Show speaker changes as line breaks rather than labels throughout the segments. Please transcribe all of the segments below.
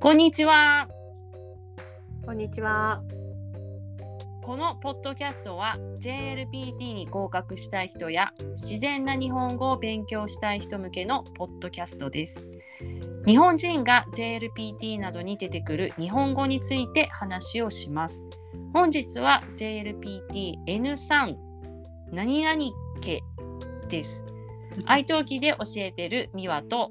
こんにちは。
こんにちは。
このポッドキャストは JLPT に合格したい人や自然な日本語を勉強したい人向けのポッドキャストです。日本人が JLPT などに出てくる日本語について話をします。本日は JLPTN3 何々家です。愛登記で教えてる美和と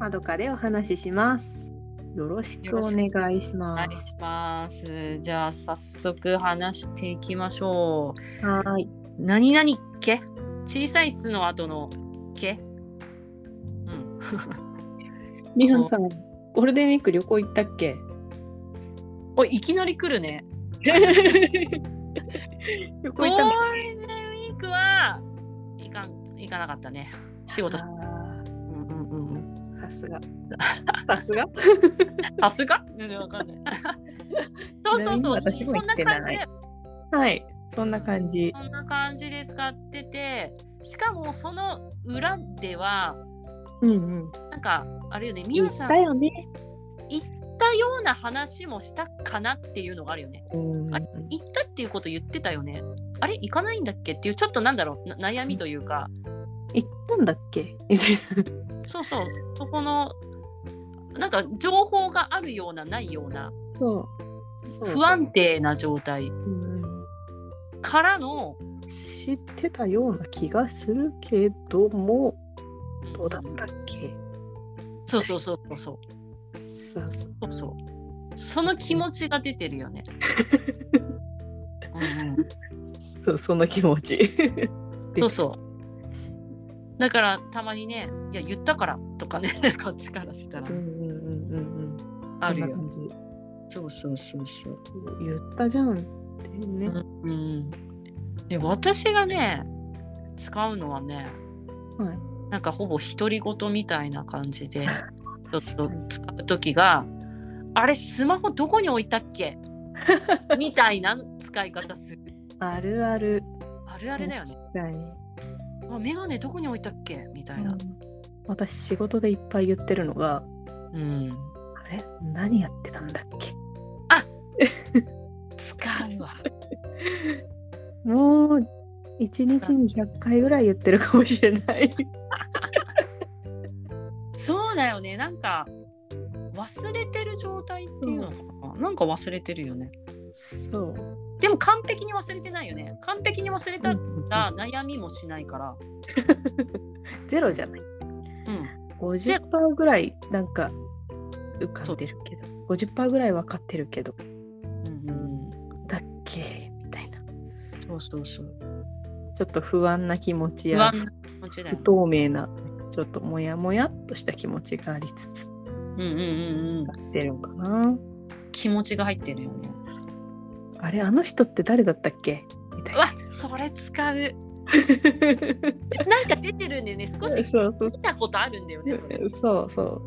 まどかでお話しします。よろしくお願いし
お
ま
願い
す。
します。じゃあ早速話していきましょう。
はーい。
何々け小さい「つ」の後の「け」うん
みなさん、ゴールデンウィーク旅行行ったっけ？
おいきなり来るね
旅
ゴ
行
ー
行ったの。
ルデンウィークはいかんいかなかったね仕事しうんうんうん
あーさすが。さすが。
さすが全然わかんない そうそう
ちなみ
そう
に私も
そん
行
な
って
感
ない
じで
はい。そんな感じ。
そんな感じで使っててしかもその裏では
うんうん。
なんかあれよねみ
行
や
っ
さん
たよね。
行ったような話もしたかなっていうのがあるよね
うん
あ行ったっていうこと言ってたよねあれ行かないんだっけっていうちょっとなんだろうな悩みというか
行ったんだっけ？
そうそうそこのなんか情報があるようなないような
そう。そう
不安。定な状態
うんうん
からの
知ってたような気がするけども、どうだったっけ？
そうそうそうそうそう
そうそう。
そうそうその気持ちが出てるよねうん、うん
そうその気持ち。
そうそうだからたまにねいや言ったからとかね こっちからしたら、
うんうんうんうんうん。
あるよ
そんな感じ。
そうそうそうそう
言ったじゃんってね。
うん、で私がね使うのはね
はい。
なんかほぼ独り言みたいな感じ でちょっと使う時が「あれスマホどこに置いたっ け? 」みたいな使い方する
あるある。
あるあれだよね
確かに。
「あ眼鏡どこに置いたっけ?」みたいな、
私仕事でいっぱい言ってるのが、
うん、
あれ何やってたんだっけ
使うわ
もう一日に100回ぐらい言ってるかもしれない。
そうだよねなんか忘れてる状態っていうのかななんか忘れてるよね
そう。
でも完璧に忘れてないよね完璧に忘れたら悩みもしないから、
ゼロじゃない。
うん、
50%ぐらいなんか浮かんでるけど、50%ぐらい分かってるけど、
うんうん
だっけみたいな。
そうそうそう
ちょっと不安な気持ち
不
や
安な気持ちだよ
不
ね
透明なちょっとモヤモヤっとした気持ちがありつつ
うんうんうんう
使
ん
ってるのかな、
気持ちが入ってるよね
あれあの人って誰だったっけみたいう
わそれ使うなんか出てるんだよね少し
な そうそう
見たことあるんだよねそれ
そうそう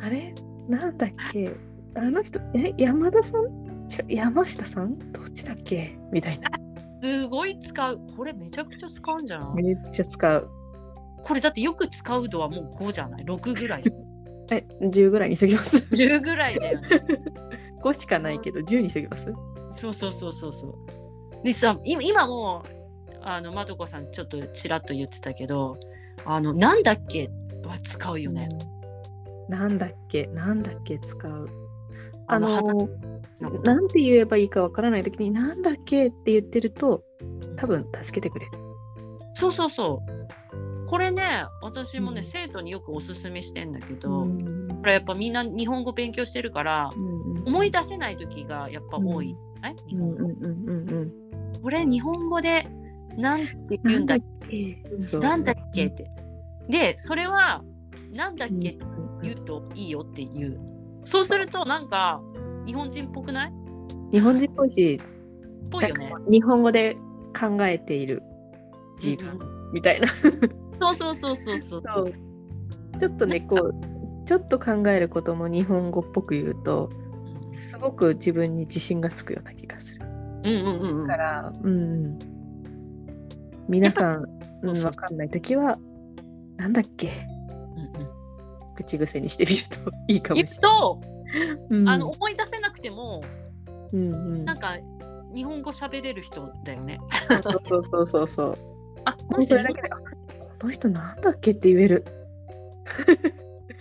あれなんだっけあの人え山田さん違う山下さんどっちだっけみたいな
すごい使うこれめちゃくちゃ使うんじゃない
めっちゃ使う
これだってよく使う度はもう5じゃない6ぐらいじゃん
え10ぐらいに過ぎます
10ぐらいだよね
5しかないけど10に過ぎます
そうそうそうそうそうでさ今今もうあのまどこさんちょっとちらっと言ってたけどあのなんだっけは使うよね、
なんだっけなんだっけ使う
あ
あ
の
の
のこと
なんて言えばいいかわからない時になんだっけって言ってると多分助けてくれる
そうそうそう。これね、私もね、
うん
生徒によくおすすめしてんだけ
う
ど、
ん
これやっぱみんな日本語勉強してるから、
うん
思い出せない時がやっぱ多い、ね日
うん
本語
うんうんうんうん
これ日本語でなんて言うんだっけ
け
なんだっけ
う
っ
ん
て。で、それはなんだっけって
うん
言うといいよっていう。そうするとなんか日本人っぽくないっ
日本人っぽいし
ぽいよね
なん。か日本語で考えている自
う
分みたいな、
そうそうそうそうそう。
ちょっとねこうちょっと考えることも日本語っぽく言うとすごく自分に自信がつくような気がする
うんうんうんうん。
だから、うんうん、皆さん、う、
そうんそう
分かんない時はなんだっけ
うんうん
口癖にしてみるといいかも
言
し
うと
うん、
あの、思い出せなくても
うんうん、
なんか日本語喋れる人だよね。
そうそうそうそう。
あこ
も
の
うそ
人
れだけで、あこの人なんだっけって言える。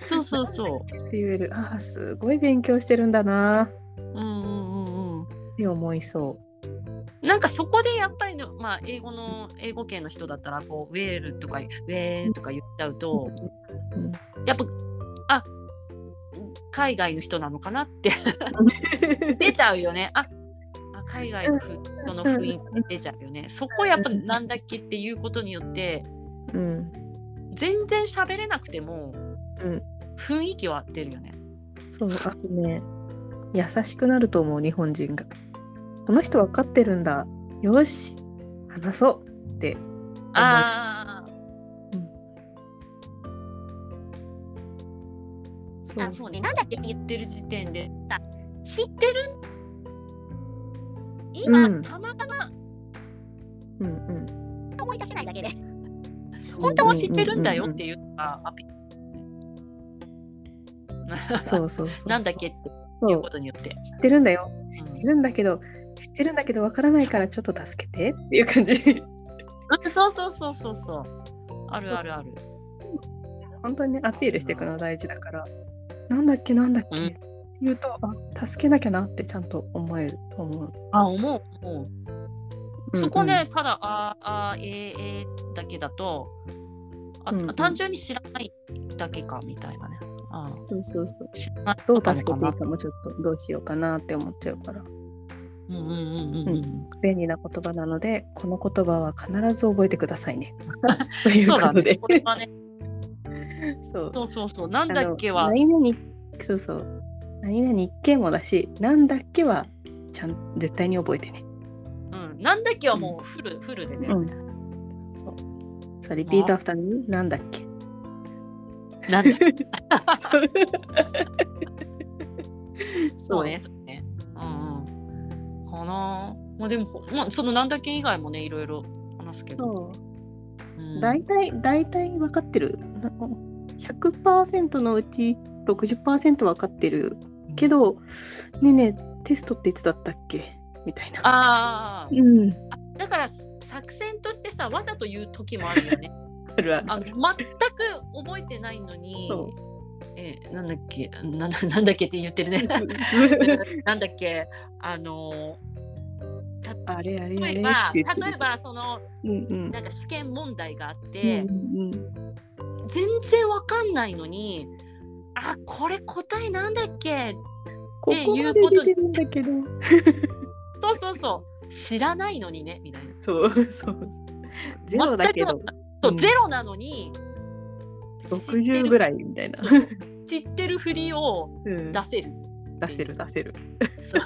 そうそうそ
って言える。ああ、すごい勉強してるんだな
う。うんうんうんうん。
って思いそ
なんかそこでやっぱりの、まあ、英語の英語圏の人だったらこうウェールとかウェーとか言っちゃうと、
うん
やっぱあ海外の人なのかなって
う。
出ちゃうよねああ海外のふ人の雰囲気出ちゃうよねそこはやっぱなんだっけっていうことによって
うん。
全然喋れなくても、
うん
雰囲気は出るよね
そう、あとね、優しくなると思う、日本人が。この人分かってるんだ。よし、話そうって思い
あー
そう
あそうねなんだっけって言ってる時点であ知ってる今、
うん
たまたま
うんうん。
思い出せないだけで本当は知ってるんだよっていうのがアピー
うんうんうん。
ル
そうそうそうそ う。
なんだっけって
そ
いう
う
こ。とによって
知ってるんだよ。
うん
知ってるんだけど、知ってるんだけど分からないからちょっと助けてっていう感じ。
うんそうそうそうそうそうあるあるある
本当にねアピールしていくのが大事だから、なんだっけなんだっけ、
うん
って言うとあ助けなきゃなってちゃんと思えると思う。
あ思う思う
うん
そこね、、ただあーあーえー、えー、だけだとあ、
うんうん
単純に知らないだけかみたいなねあー
うんそうそうそう
知らない
どう
こと
助け
なのか
ていいかもちょっとどうしようかなって思っちゃうから
なうんうんうんうんうん
便利な言葉なのでこの言葉は必ず覚えてくだ さいね。という
そう
こ
だ
と
ね
で
これはね
そう
そうそうそうなん
あ
だ
の
っけは
何々そうそう何々一件もだしなんだっけはちゃん絶対に覚えてね。
うんなんだっけはもうフルフルでね、
うんそうリピートアフターになんだっけ
なんだ
そう
そうね。そうねうんうん。かなあ。まあでもほ、まあ、そのなんだっけ以外もね、いろいろ話すけど。
そう
うん
大体大体分かってるな100%のうち60%分かってるけ。どねえねえテストっていつだったっけみたいな
ああ
うん
あ。だから作戦としてさ、わざと言う時もあるよね。
あるあ
あの
る
全く覚えてないのに
そ。
えなんだっけな ななんだっけって言ってるね なんだっけあのた
あれあれあれ
例えば
って言って
例えばその
うんうん
なんか試験問題があっ
うん
て、
うんうん
全然わかんないのにあこれ答えなんだっけ
ここまで出てるんだけど
そうそうそう知らないのにねみたいな
そうそうゼロだけど
そう、
うん
ゼロなのに
60ぐ
い
らいみたいな、
知ってるふりを
うん、
出
出
せる、
せる出せる
そう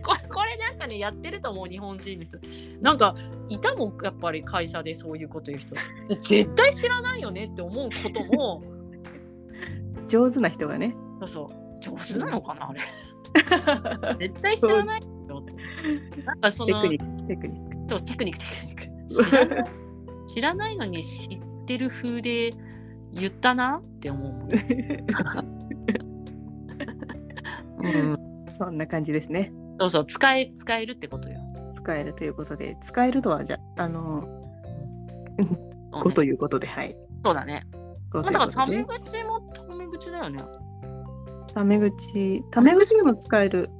これこれなんかねやってると思う日本人の人なんかいたもんやっぱり会社でそういうこと言う人絶対知らないよねって思うことも
上手な人がね
そうそう上手なのかなあれ絶対知らないよってなんかそ
テ
の
クニックテクニック
そうテクニックテクニック知らない知らないのに知ってる風で言ったなって思うもんね、うん、
そんな感じですね
そうそう使え使えるってことよ、
使えるということで使えるとはじゃあの
そう
5と
ね
いうことではい
そうだね
5
ま
と
あ
い
だ
う
か
こ
らタ
とで
メ口もタメ口だよね
タメ口タメ口でも使える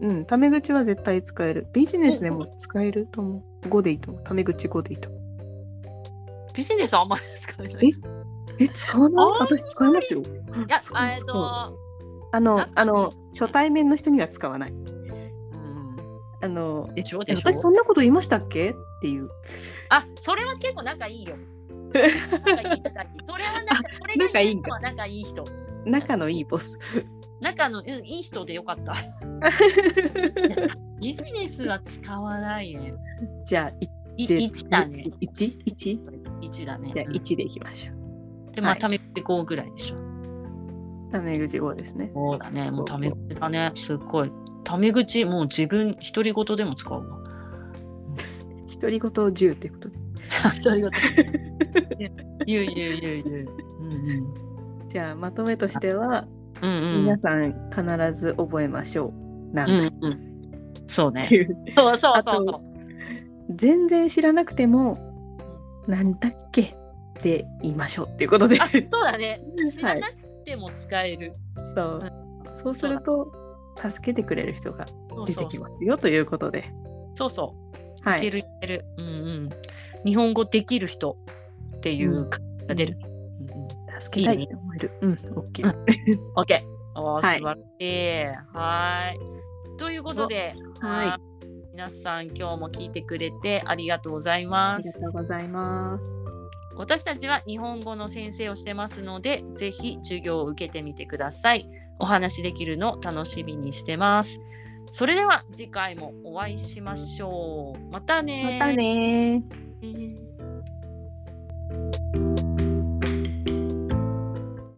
うんタメ口は絶対使えるビジネスでも使えると思う5でいいと思うタメ口5でいいと思う
ビジネスあんまり使えないい
え使わない
あー
私使いますよ
や
使
あ
う
えっ
使う
と
あ
なん
の
か
あの初対面の人には使わない
うん
あの
でしょでしょ
私そんなこと言いましたっけっていう
あそれは結構仲いいよなんかいい仲いいそれはなんかこれが
仲い
言
い
うんの
か
は仲いい人
仲のいいボス
仲の、うん、いい人でよかったビジネスは使わないね
じゃあ
い
で
1だね。
11
1だね。
じゃあ
うん
1でいきましょう
で、まあ、
はい
ため口5ぐらいでしょ。
タメ口5ですね
そうだね。もうため口だね。すっごい。ため口、もう自分、独り言でも使うわ。
独り言10ってことで
独り言。 言う言う言う言う。うんうん。
じゃあまとめとしては
うん
皆さん必ず覚えましょう。なん
う
だ
んうんそう
っ
ね
て。いう、
そうそう
あ
そう
と
そう。
全然知らなくても、なんだっけって言いましょうっていうこ とで
あ。そうだ ね。
い
知らなくても使える。
そう。そうすると、助けてくれる人が
そう
出
そ
て
う
き
そう。
ますよということで。
そうそう。
はい
け
い。
るいける。うんうん。日本語できる人っていう感じが出る。うんうん
助けたいって思える。うん、OK。
オッケー。おー
はい
素晴らしい。はーい。ということで、
おはい
ーい。皆さん今日も聞いてくれてありがとうござい
あ
ま
りが
す。
とうございます。
私たちは日本語の先生をしてますので、ぜひ授業を受けてみてください。お話しできるのを楽しみにしてます。それでは次回もお会いしましょう。またね
またねー。
ね